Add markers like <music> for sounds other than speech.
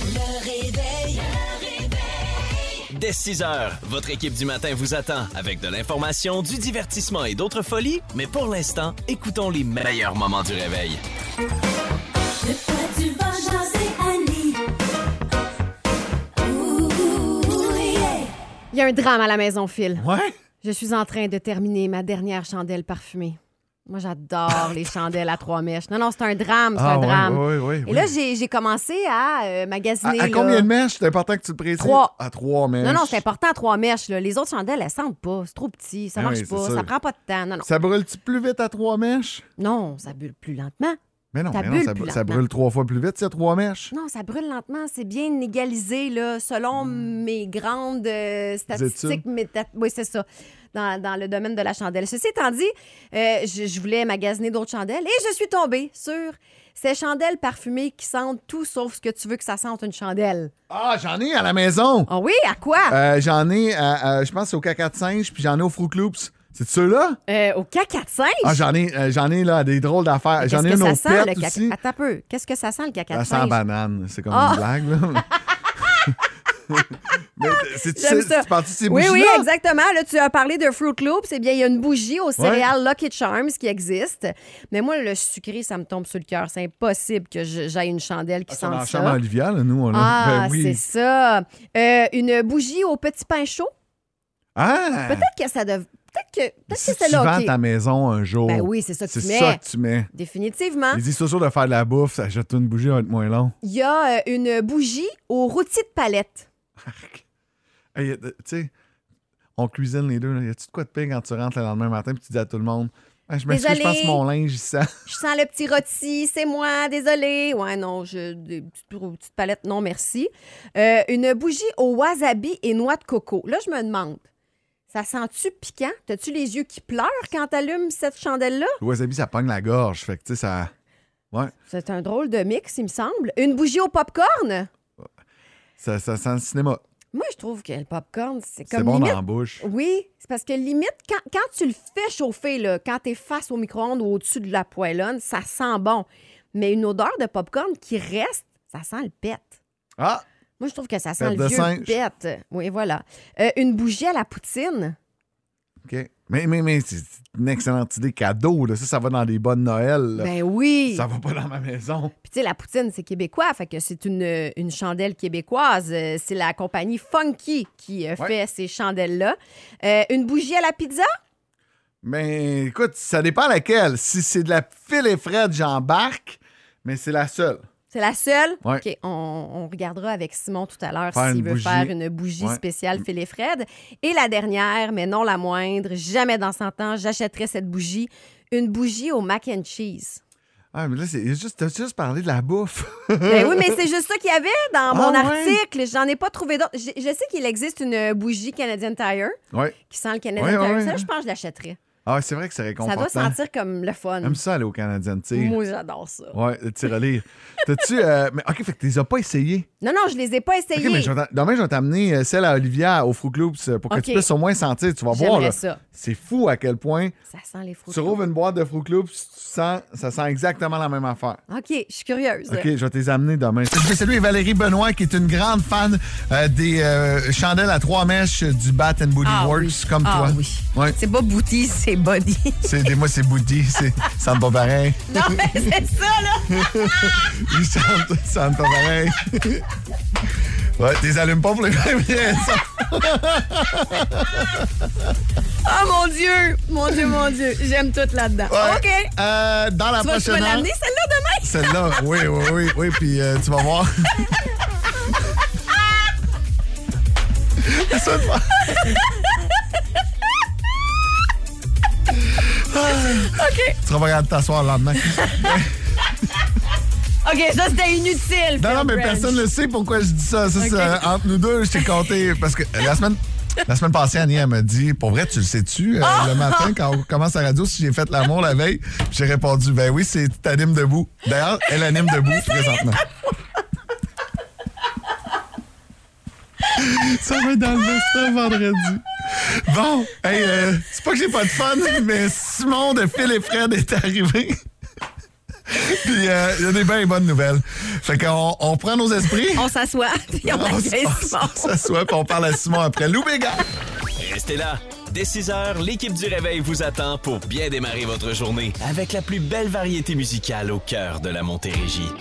Le réveil. Dès 6 heures, votre équipe du matin vous attend avec de l'information, du divertissement et d'autres folies. Mais pour l'instant, écoutons les meilleurs moments du réveil. De quoi tu vas jaser, Annie? Ouh, yeah. Il y a un drame à la maison, Phil. Ouais? Je suis en train de terminer ma dernière chandelle parfumée. Moi, j'adore les chandelles à trois mèches. Non, non, c'est un drame, c'est un Ah, ouais, drame. ouais, ouais, ouais, Et là, j'ai j'ai commencé à euh, à, magasiner. à là. combien de mèches? C'est important que tu le précises. Trois. À trois mèches. Non, non, c'est important à trois mèches. là. Les autres chandelles, elles sentent pas. C'est trop petit. Ça Ah marche oui, c'est pas. sûr. Ça prend pas de temps. Non, non. Ça brûle-tu plus vite à trois mèches? Non, ça bulle plus lentement. Mais non, Ça mais non brûle ça, plus br- ça lentement. brûle trois fois plus vite, c'est à trois mèches. Non, ça brûle lentement. C'est bien égalisé, là, selon mes grandes euh, statistiques. Hmm. études. méta- Oui, c'est ça. Dans, dans le domaine de la chandelle. Ceci étant dit, euh, je, je voulais magasiner d'autres chandelles et je suis tombée sur ces chandelles parfumées qui sentent tout sauf ce que tu veux que ça sente une chandelle. Ah, j'en ai à la maison! Ah oui, à quoi? Euh, j'en ai, à- à- je pense, que c'est au caca de singe, puis j'en ai au Fruit Loops. C'est ceux-là? Euh, au caca-de-singe? Ah, j'en ai, euh, j'en ai là, des drôles d'affaires. Qu'est-ce J'en ai que une ça au sent, le pet caca- aussi. Attends un peu. Qu'est-ce que ça sent, le caca Ça de sent singe? banane, c'est comme Ah. une <laughs> blague, là. Mais euh, c'est J'aime ça. parti de ces Oui, oui, bougies-là? exactement. Là, tu as parlé de Fruit Loops. Eh bien, il y a une bougie aux céréales Lucky Charms qui existe. Mais moi, le sucré, ça me tombe sur le cœur. C'est impossible que je- j'aille une chandelle qui Ah, c'est dans la sente chambre à ça. Olivia, là, nous, on l'a. Ah, Ben oui. c'est ça. Euh, une bougie au petit pain chaud. Ah! Peut-être que ça dev... Peut-être que, peut Si que c'est tu là, vends OK. ta maison un jour, Ben oui, c'est ça que c'est tu ça mets. Hein? que tu mets. Définitivement. Ils disent toujours de faire de la bouffe, ça jette une bougie, ça va être moins long. <laughs> Il y a euh, une bougie au rôti de palette. Hey, euh, tu sais, on cuisine les deux. là. Y a-tu de quoi de pire quand tu rentres le lendemain matin et tu dis à tout le monde Hey, Je m'excuse, je Désolée. pense que mon linge, il sent. <laughs> Je sens le petit rôti, c'est moi, désolé. Ouais, non, je, des petites, petites palettes, non, merci. Euh, une bougie au wasabi et noix de coco. Là, je me demande, ça sent-tu piquant? T'as-tu les yeux qui pleurent quand t'allumes cette chandelle-là? Le wasabi, ça pogne la gorge. Fait que, tu sais, ça. C'est un drôle de mix, il me semble. Une bougie au popcorn? Ça, ça sent le cinéma. Moi, je trouve que le popcorn, c'est C'est comme bon limite. dans la bouche. Oui, c'est parce que limite, quand, quand tu le fais chauffer, là, quand t'es face au micro-ondes ou au-dessus de la poêlonne, ça sent bon. Mais une odeur de popcorn qui reste, ça sent le pète. Ah! Moi, je trouve que ça sent Perte le de vieux singe. pète. Oui, voilà. Euh, une bougie à la poutine. OK. Mais, mais, mais, c'est une excellente idée cadeau. Là. Ça, ça va dans des bonnes Noël. là. Ben oui. Ça va pas dans ma maison. Puis tu sais, la poutine, c'est québécois, fait que c'est une, une chandelle québécoise. Euh, C'est la compagnie Funky qui euh, Ouais. fait ces chandelles-là. Euh, une bougie à la pizza? Mais écoute, ça dépend laquelle. Si c'est de la file et frette, j'embarque, mais c'est la seule. C'est la seule? Ouais. OK, on, on regardera avec Simon tout à l'heure Faire s'il une veut bougie. faire une bougie Ouais. spéciale Phil et Fred. Et la dernière, mais non la moindre, jamais dans 100 ans, j'achèterai cette bougie. Une bougie au mac and cheese. Ah, mais là, c'est juste, t'as juste parlé de la bouffe. <laughs> Ben oui, mais c'est juste ça qu'il y avait dans Euh, Ah mon ouais? article. J'en ai pas trouvé d'autres. Je, je sais qu'il existe une bougie Canadian Tire ouais. qui sent le Canadian Ouais, ouais, Tire. ouais. Ça, je pense que je l'achèterais. Ah, c'est vrai que c'est Ça réconfortant. doit sentir comme le fun. J'aime ça aller au Canadien Tire. Moi, j'adore ça. Ouais, le tirelire. T'as-tu. euh, mais OK, fait que tu les as pas essayé. Non, non, je les ai pas OK, essayées. mais je vais t'en- demain, je vais t'amener euh, celle à Olivia au Fruit Loops euh, pour que OK. tu puisses au moins sentir. Tu vas voir, J'aimerais là. ça. C'est fou à quel point Ça sent les fruits. tu rouvres une boîte de Fruit Loops, tu sens, ça sent exactement la même affaire. OK, je suis curieuse. OK, je vais te les amener demain. Je vais saluer Valérie Benoît, qui est une grande fan euh, des euh, chandelles à trois mèches du Bat and Booty Ah Works, oui. comme Ah toi. oui. Ouais, C'est pas booty, c'est <laughs> body. c'est, des- moi, c'est Booty, c'est, ça me pas pareil. non, mais c'est ça, là. Ils chantent, ils chantent pas pareil. Ouais, t'es allumes pas pour les mêmes raisons. <laughs> Oh mon Dieu, mon Dieu, mon Dieu. J'aime tout là-dedans. Ouais. OK. Euh, dans la Tu vas, tu prochaine vas heure- l'amener, celle-là, demain? Celle-là, oui, oui, oui, oui, puis euh, tu vas <laughs> voir. Ça te va- OK. tu seras pas capable de t'asseoir le lendemain. OK, ça, c'était inutile. Non, non, Phil mais Branch. personne ne sait pourquoi je dis ça. Ça, c'est, Ok. euh, entre nous deux, je t'ai compté. Parce que euh, la semaine, la semaine passée, Annie, elle m'a dit Pour vrai, tu le sais-tu euh, Ah! le matin quand on commence la radio si j'ai fait l'amour la veille Puis J'ai répondu Ben oui, c'est t'animes debout. D'ailleurs, elle anime debout présentement. Ça va être dans le best-of vendredi. Bon, hey, euh, c'est pas que j'ai pas de fun, mais Simon de Phil et Fred est arrivé. Puis euh, il y a des bien bonnes nouvelles. Fait qu'on on prend nos esprits. On s'assoit. puis on <laughs> on accueille Simon. s'assoit puis on parle à Simon après. Lou Béga. Restez là. Dès 6 heures, l'équipe du Réveil vous attend pour bien démarrer votre journée avec la plus belle variété musicale au cœur de la Montérégie.